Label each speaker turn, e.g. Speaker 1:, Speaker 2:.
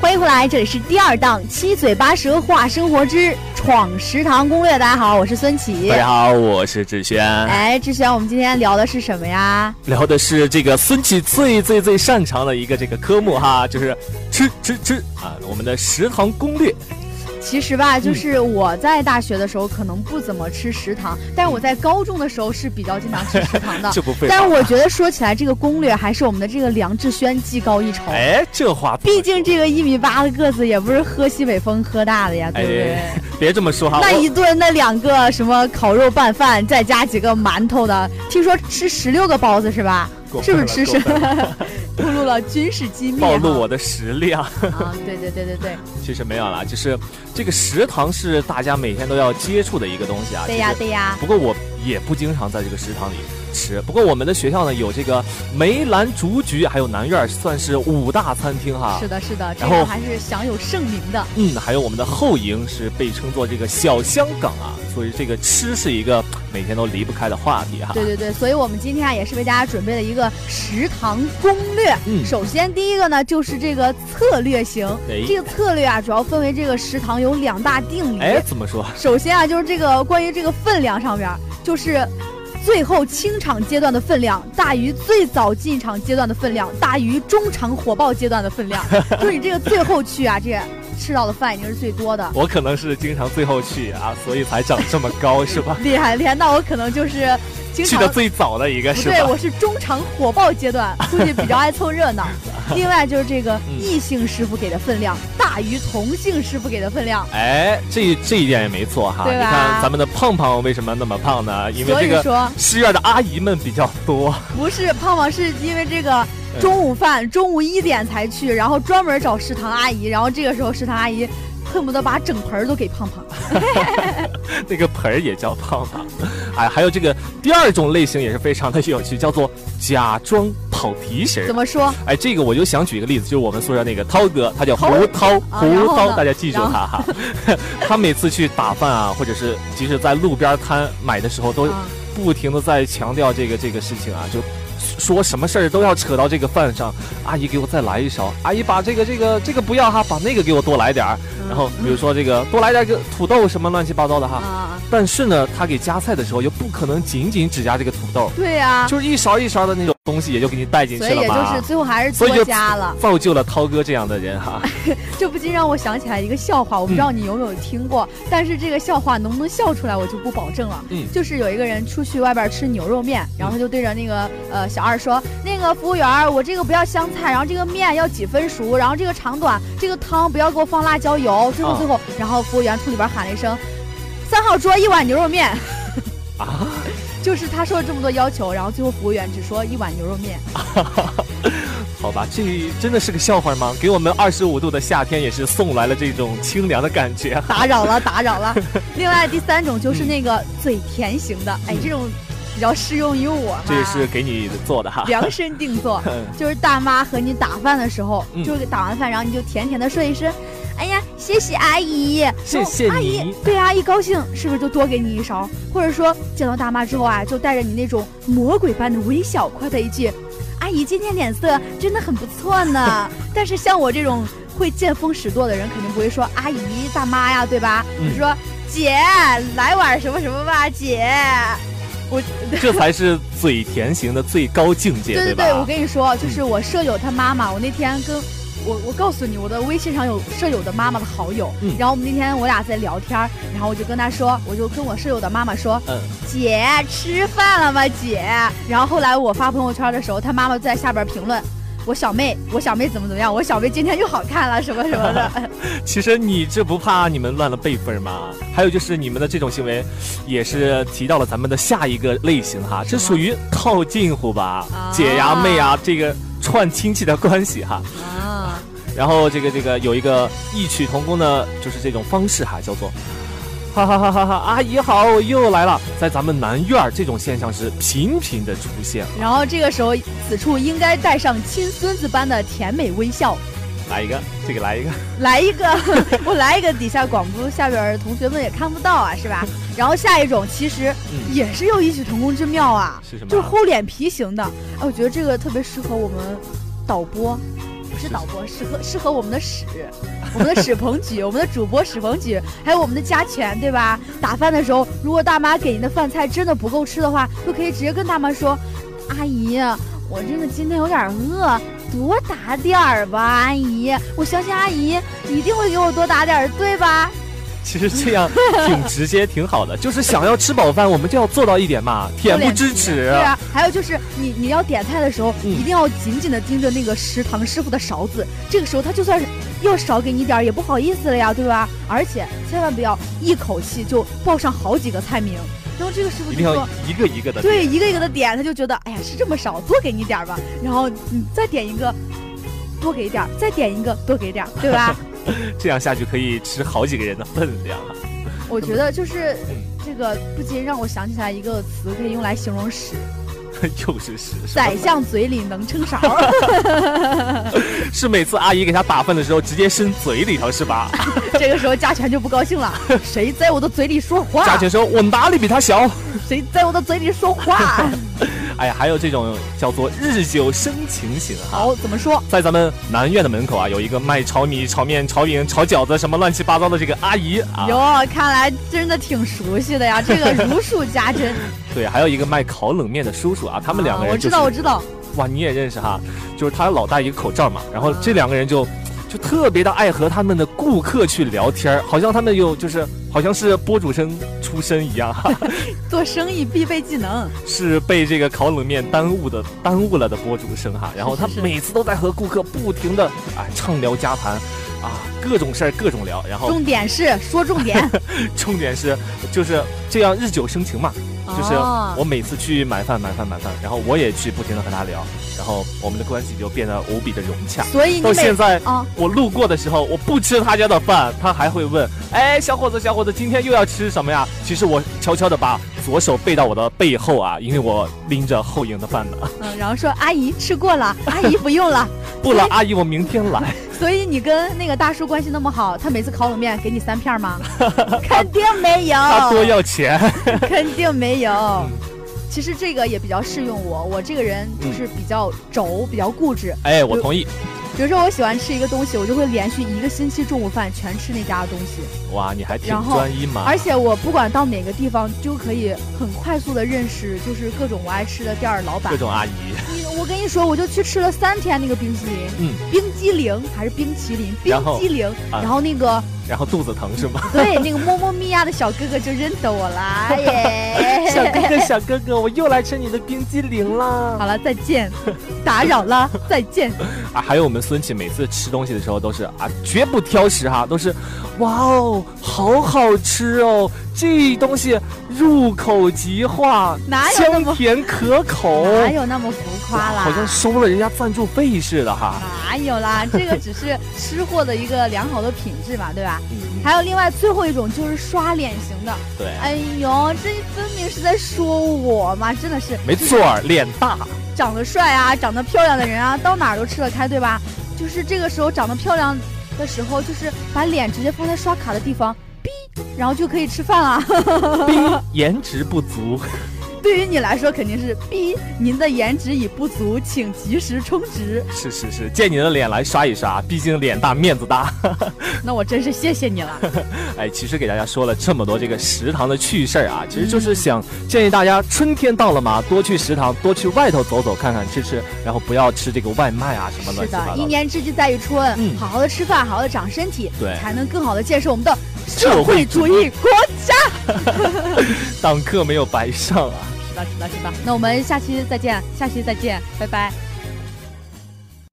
Speaker 1: 欢迎回来，这里是第二档《七嘴八舌话生活之闯食堂攻略》。大家好，我是孙琦。
Speaker 2: 大家好，我是志轩。
Speaker 1: 哎，志轩，我们今天聊的是什么呀？
Speaker 2: 聊的是这个孙琦最最最擅长的一个这个科目哈，就是吃吃吃啊，我们的食堂攻略。
Speaker 1: 其实吧，就是我在大学的时候可能不怎么吃食堂，但是我在高中的时候是比较经常吃食
Speaker 2: 。
Speaker 1: 堂的
Speaker 2: 这不废话
Speaker 1: 啊但我觉得说起来，这个攻略还是我们的这个梁志轩技高一筹。
Speaker 2: 哎，这话怎么
Speaker 1: 毕竟这个一米八的个子也不是喝西北风喝大的呀，对不对？
Speaker 2: 哎，别这么说哈，
Speaker 1: 那
Speaker 2: 我
Speaker 1: 一顿那两个什么烤肉拌饭，再加几个馒头的，听说吃十六个包子是吧？
Speaker 2: 过
Speaker 1: 是
Speaker 2: 分
Speaker 1: 不
Speaker 2: 了
Speaker 1: 是吃
Speaker 2: 过
Speaker 1: 十
Speaker 2: 分了？
Speaker 1: 暴露了军事机密哈？
Speaker 2: 暴露我的实力啊！
Speaker 1: 啊！对对对对对，
Speaker 2: 其实没有啦，就是这个食堂是大家每天都要接触的一个东西啊。
Speaker 1: 对呀
Speaker 2: 就是
Speaker 1: 对呀，
Speaker 2: 不过我也不经常在这个食堂里吃。不过我们的学校呢有这个梅兰竹菊，还有南院，算是五大餐厅哈。
Speaker 1: 是的是的，这
Speaker 2: 啊然后
Speaker 1: 个还是享有盛名的。
Speaker 2: 嗯，还有我们的后营是被称作这个小香港啊，所以这个吃是一个每天都离不开的话题哈。
Speaker 1: 对对对，所以我们今天啊也是为大家准备了一个食堂攻略。
Speaker 2: 嗯
Speaker 1: 首先第一个呢就是这个策略型，
Speaker 2: 哎
Speaker 1: 这个策略啊主要分为这个食堂有两大定理。
Speaker 2: 哎，怎么说？
Speaker 1: 首先啊，就是这个关于这个分量上面儿，就是最后清场阶段的分量大于最早进场阶段的分量大于中场火爆阶段的分 量，就是你这个最后去啊，这吃到的饭已经是最多的。
Speaker 2: 我可能是经常最后去啊，所以才长这么高是吧？
Speaker 1: 厉害厉害，那我可能就是经
Speaker 2: 去
Speaker 1: 常
Speaker 2: 的最早的一个
Speaker 1: 不
Speaker 2: 是
Speaker 1: 对，
Speaker 2: 吧？
Speaker 1: 我是中场火爆阶段，估计比较爱凑热 闹。另外就是这个
Speaker 2: 嗯
Speaker 1: 异性师傅给的分量大于同性师傅给的分量，
Speaker 2: 哎，这这一点也没错哈。
Speaker 1: 对
Speaker 2: 你
Speaker 1: 吧
Speaker 2: 看咱们的胖胖为什么那么胖呢？因为
Speaker 1: 所
Speaker 2: 这
Speaker 1: 以
Speaker 2: 个
Speaker 1: 说
Speaker 2: 西院的阿姨们比较多。
Speaker 1: 不是胖胖，是因为这个中午饭中午一点才去，然后专门找食堂阿姨，然后这个时候食堂阿姨恨不得把整盆儿都给胖胖。
Speaker 2: 那个盆儿也叫胖胖，哎，还有这个第二种类型也是非常的有趣，叫做假装跑题型
Speaker 1: 怎
Speaker 2: 儿。
Speaker 1: 么说？
Speaker 2: 哎，这个我就想举一个例子，就是我们宿舍那个涛哥，他叫
Speaker 1: 涛
Speaker 2: 胡涛，
Speaker 1: 啊然
Speaker 2: 胡
Speaker 1: 后
Speaker 2: 涛，
Speaker 1: 呢
Speaker 2: 大家记住他哈。 他每次去打饭啊，或者是即使在路边摊买的时候，都
Speaker 1: 啊，
Speaker 2: 不停的在强调这个这个事情啊，就说什么事儿都要扯到这个饭上。阿姨给我再来一勺，阿姨把这个这个这个不要哈，把那个给我多来点儿。然后比如说这个多来点儿个土豆什么乱七八糟的哈。
Speaker 1: 啊，
Speaker 2: 但是呢，他给加菜的时候又不可能仅仅只加这个土豆，
Speaker 1: 对呀、
Speaker 2: 就是一勺一勺的那种东西也就给你带进
Speaker 1: 啊所
Speaker 2: 去
Speaker 1: 以
Speaker 2: 了
Speaker 1: 也就
Speaker 2: 嘛
Speaker 1: 是。最后还是
Speaker 2: 所以
Speaker 1: 多
Speaker 2: 就
Speaker 1: 加了，
Speaker 2: 造就了涛哥这样的人哈，
Speaker 1: 这不禁让我想起来一个笑话，我不知道
Speaker 2: 嗯
Speaker 1: 你有没有听过，但是这个笑话能不能笑出来，我就不保证了。
Speaker 2: 嗯
Speaker 1: 就是有一个人出去外边吃牛肉面，然后他就对着那个呃小二说：“那个服务员儿，我这个不要香菜，然后这个面要几分熟，然后这个长短，这个汤不要给我放辣椒油。”最后
Speaker 2: 啊
Speaker 1: 最后，然后服务员从里边喊了一声：“三号桌一碗牛肉面。”
Speaker 2: 啊，
Speaker 1: 就是他说了这么多要求，然后最后服务员只说一碗牛肉面。
Speaker 2: 好吧，这真的是个笑话吗？给我们二十五度的夏天也是送来了这种清凉的感觉。啊
Speaker 1: 打扰了，打扰 了。另外第三种就是那
Speaker 2: 嗯
Speaker 1: 个嘴甜型的，哎，这种比较适用于我嘛，
Speaker 2: 这也是给你做的哈。
Speaker 1: 量身定做，就是大妈和你打饭的时候，
Speaker 2: 嗯
Speaker 1: 就是打完饭，然后你就甜甜的说一声。哎呀，谢谢阿姨，
Speaker 2: 谢谢
Speaker 1: 然后阿姨
Speaker 2: 你，
Speaker 1: 对阿姨高兴，是不是就多给你一勺？或者说见到大妈之后啊，就带着你那种魔鬼般的微笑，夸她一句：“阿姨今天脸色真的很不错 呢。”但是像我这种会见风使舵的人，肯定不会说阿姨、大妈呀，对吧？
Speaker 2: 嗯
Speaker 1: 就说姐，来碗什么什么吧，姐。我
Speaker 2: 这才是嘴甜型的最高境界，
Speaker 1: 对对，我
Speaker 2: 吧？
Speaker 1: 跟你说，就是我舍友他妈妈，我那天跟。我我告诉你，我的微信上有舍友的妈妈的好友，
Speaker 2: 嗯
Speaker 1: 然后我们那天我俩在聊天儿，然后我就跟她说，我就跟我舍友的妈妈说，
Speaker 2: 嗯，
Speaker 1: 姐吃饭了吗？姐。然后后来我发朋友圈的时候，她妈妈在下边评论，我小妹，我小妹怎么怎么样，我小妹今天又好看了什么什么的。
Speaker 2: 其实你这不怕你们乱了辈分吗？还有就是你们的这种行为，也是提到了咱们的下一个类型哈，这属于套近乎吧
Speaker 1: 啊，
Speaker 2: 姐呀妹呀，这个串亲戚的关系哈。
Speaker 1: 啊，
Speaker 2: 然后这个这个有一个异曲同工的，就是这种方式哈，叫做。哈哈哈哈哈！阿姨好，我又来了。在咱们南院儿这种现象是频频的出现。
Speaker 1: 然后这个时候，此处应该带上亲孙子般的甜美微笑。
Speaker 2: 来一个，这个来一个，
Speaker 1: 来一个， 我来一个，底下广播下边儿同学们也看不到啊，是吧？然后下一种其实
Speaker 2: 嗯，
Speaker 1: 也是有异曲同工之妙啊，
Speaker 2: 是什么啊？
Speaker 1: 就是厚脸皮型的。哎，我觉得这个特别适合我们导播，不是
Speaker 2: 是
Speaker 1: 导播，适合适合我们的史，我们 的史鹏举，我们的主播史鹏举，还有我们的家权，对吧？打饭的时候，如果大妈给您的饭菜真的不够吃的话，就可以直接跟大妈说：“阿姨，我真的今天有点饿。”多打点儿吧，阿姨，我相信阿姨一定会给我多打点儿，对吧？
Speaker 2: 其实这样挺直接，挺好的。就是想要吃饱饭，我们就要做到一点嘛，恬不知耻。
Speaker 1: 对啊，还有就是你你要点菜的时候，
Speaker 2: 嗯
Speaker 1: 一定要紧紧的盯着那个食堂师傅的勺子，这个时候他就算是又少给你点儿，也不好意思了呀，对吧？而且千万不要一口气就报上好几个菜名，然后这个师傅
Speaker 2: 一
Speaker 1: 就
Speaker 2: 定要
Speaker 1: 说。
Speaker 2: 一个一个的。
Speaker 1: 对，，一个一个的点，他就觉得，哎呀，是这么少，多给你点儿吧。然后你再点一个，多给一点儿，再点一个，多给一点儿，对 吧？
Speaker 2: 这样下去可以吃好几个人的分量了。
Speaker 1: 我觉得就是
Speaker 2: 嗯
Speaker 1: 这个，不禁让我想起来一个词，可以用来形容屎，
Speaker 2: 又是屎，什么
Speaker 1: 宰相嘴里能撑勺。
Speaker 2: 是每次阿姨给他打饭的时候直接伸嘴里头是吧？
Speaker 1: 这个时候嘉全就不高兴了，谁在我的嘴里说话？
Speaker 2: 嘉全说：“我哪里比他小
Speaker 1: 谁在我的嘴里说 话？？”
Speaker 2: 哎呀，还有这种叫做日久生情型哈。
Speaker 1: 好，怎么说？
Speaker 2: 在咱们南苑的门口啊，有一个卖炒米、炒面、炒饼、炒饺子什么乱七八糟的这个阿姨啊，
Speaker 1: 哟，看来真的挺熟悉的呀， 这个如数家珍。
Speaker 2: 对，还有一个卖烤冷面的叔叔啊，他们两
Speaker 1: 啊
Speaker 2: 个人
Speaker 1: 我
Speaker 2: 就
Speaker 1: 知
Speaker 2: 是、
Speaker 1: 道，我知道，
Speaker 2: 哇，你也认识哈，就是他老戴一个口罩嘛，然后这两个人就就特别的爱和他们的顾客去聊天儿，好像他们有就是好像是播主生出身一样哈，
Speaker 1: 做生意必备技能。
Speaker 2: 是被这个烤冷面耽误的耽误了的播主生哈，然后他
Speaker 1: 是是
Speaker 2: 每次都在和顾客不停的啊畅聊家谈。啊，各种事儿各种聊，然后
Speaker 1: 重点是说重点，
Speaker 2: 重点是，就是这样日久生情嘛。 就是
Speaker 1: 哦
Speaker 2: 我每次去买饭买饭买饭，然后我也去不停的和他聊，然后我们的关系就变得无比的融洽。
Speaker 1: 所以你
Speaker 2: 到现
Speaker 1: 每
Speaker 2: 在，
Speaker 1: 啊，
Speaker 2: 我路过的时候，我不吃他家的饭，他还会问：“哎，小伙子，小伙子，今天又要吃什么呀？”其实我悄悄的把左手背到我的背后啊，因为我拎着后营的饭呢。
Speaker 1: 嗯，然后说阿姨吃过 了，阿姨不用了。
Speaker 2: 不了，阿姨，我明天来。
Speaker 1: 所以你跟那个大叔关系那么好，他每次烤冷面给你三片 吗？肯定没有。
Speaker 2: 他多要钱。
Speaker 1: 肯定没有
Speaker 2: 嗯。
Speaker 1: 其实这个也比较适用我，我这个人就
Speaker 2: 嗯
Speaker 1: 是比较轴、比较固执。
Speaker 2: 哎，我同意。
Speaker 1: 比如说我喜欢吃一个东西，我就会连续一个星期中午饭全吃那家的东西，
Speaker 2: 哇，你还挺
Speaker 1: 然后
Speaker 2: 专一嘛。
Speaker 1: 而且我不管到哪个地方就可以很快速的认识，就是各种我爱吃的店儿老板
Speaker 2: 各。种阿姨，
Speaker 1: 你我跟你说，我就去吃了三天那个冰淇淋，
Speaker 2: 嗯
Speaker 1: 冰激凌还是冰淇淋，冰
Speaker 2: 然后
Speaker 1: 激凌，
Speaker 2: 啊
Speaker 1: 然后那个
Speaker 2: 然后肚子疼是吗？
Speaker 1: 对那个么么咪呀的小哥哥就认得我哎啦
Speaker 2: 小
Speaker 1: 耶。
Speaker 2: 哥哥，小哥哥，我又来吃你的冰激凌啦。
Speaker 1: 好了，再见，打扰 了，再见。
Speaker 2: 啊，还有我们孙琦每次吃东西的时候都是啊，绝不挑食哈，都是，哇哦，好好吃哦，这东西入口即化，
Speaker 1: 哪有那
Speaker 2: 香
Speaker 1: 么
Speaker 2: 甜可口，
Speaker 1: 哪有那么浮夸啦？
Speaker 2: 哦好像收了人家赞助费似的哈。
Speaker 1: 哪有 啦？这个只是吃货的一个良好的品质嘛，对吧？
Speaker 2: 嗯，
Speaker 1: 还有另外最后一种就是刷脸型的，
Speaker 2: 对，
Speaker 1: 哎呦，这分明是在说我嘛，真的是
Speaker 2: 没错儿，脸大，
Speaker 1: 长得帅啊，长得漂亮的人啊，到哪儿都吃得开，对吧？就是这个时候长得漂亮的时候，就是把脸直接放在刷卡的地方，哔，然后就可以吃饭了。
Speaker 2: 颜值不足，
Speaker 1: 对于你来说肯定是哔，您的颜值已不足，请及时充值。
Speaker 2: 是是是，借你的脸来刷一刷，毕竟脸大面子大。
Speaker 1: 那我真是谢谢你了。
Speaker 2: 哎，其实给大家说了这么多这个食堂的趣事儿啊，其实就是想建议大家，春天到了嘛，多去食堂，多去外头走走看看吃吃，然后不要吃这个外卖啊什么乱
Speaker 1: 是
Speaker 2: 七八
Speaker 1: 的，一
Speaker 2: 糟的。
Speaker 1: 年之计在于春，
Speaker 2: 嗯
Speaker 1: 好好的吃饭，好好的长身体，
Speaker 2: 对
Speaker 1: 才能更好的建设我们的社
Speaker 2: 社
Speaker 1: 会
Speaker 2: 会
Speaker 1: 主
Speaker 2: 主
Speaker 1: 义
Speaker 2: 义
Speaker 1: 国家。
Speaker 2: 当课没有白上啊。啊
Speaker 1: 是的，是的，是的。那我们下期再见，下期再见，拜拜。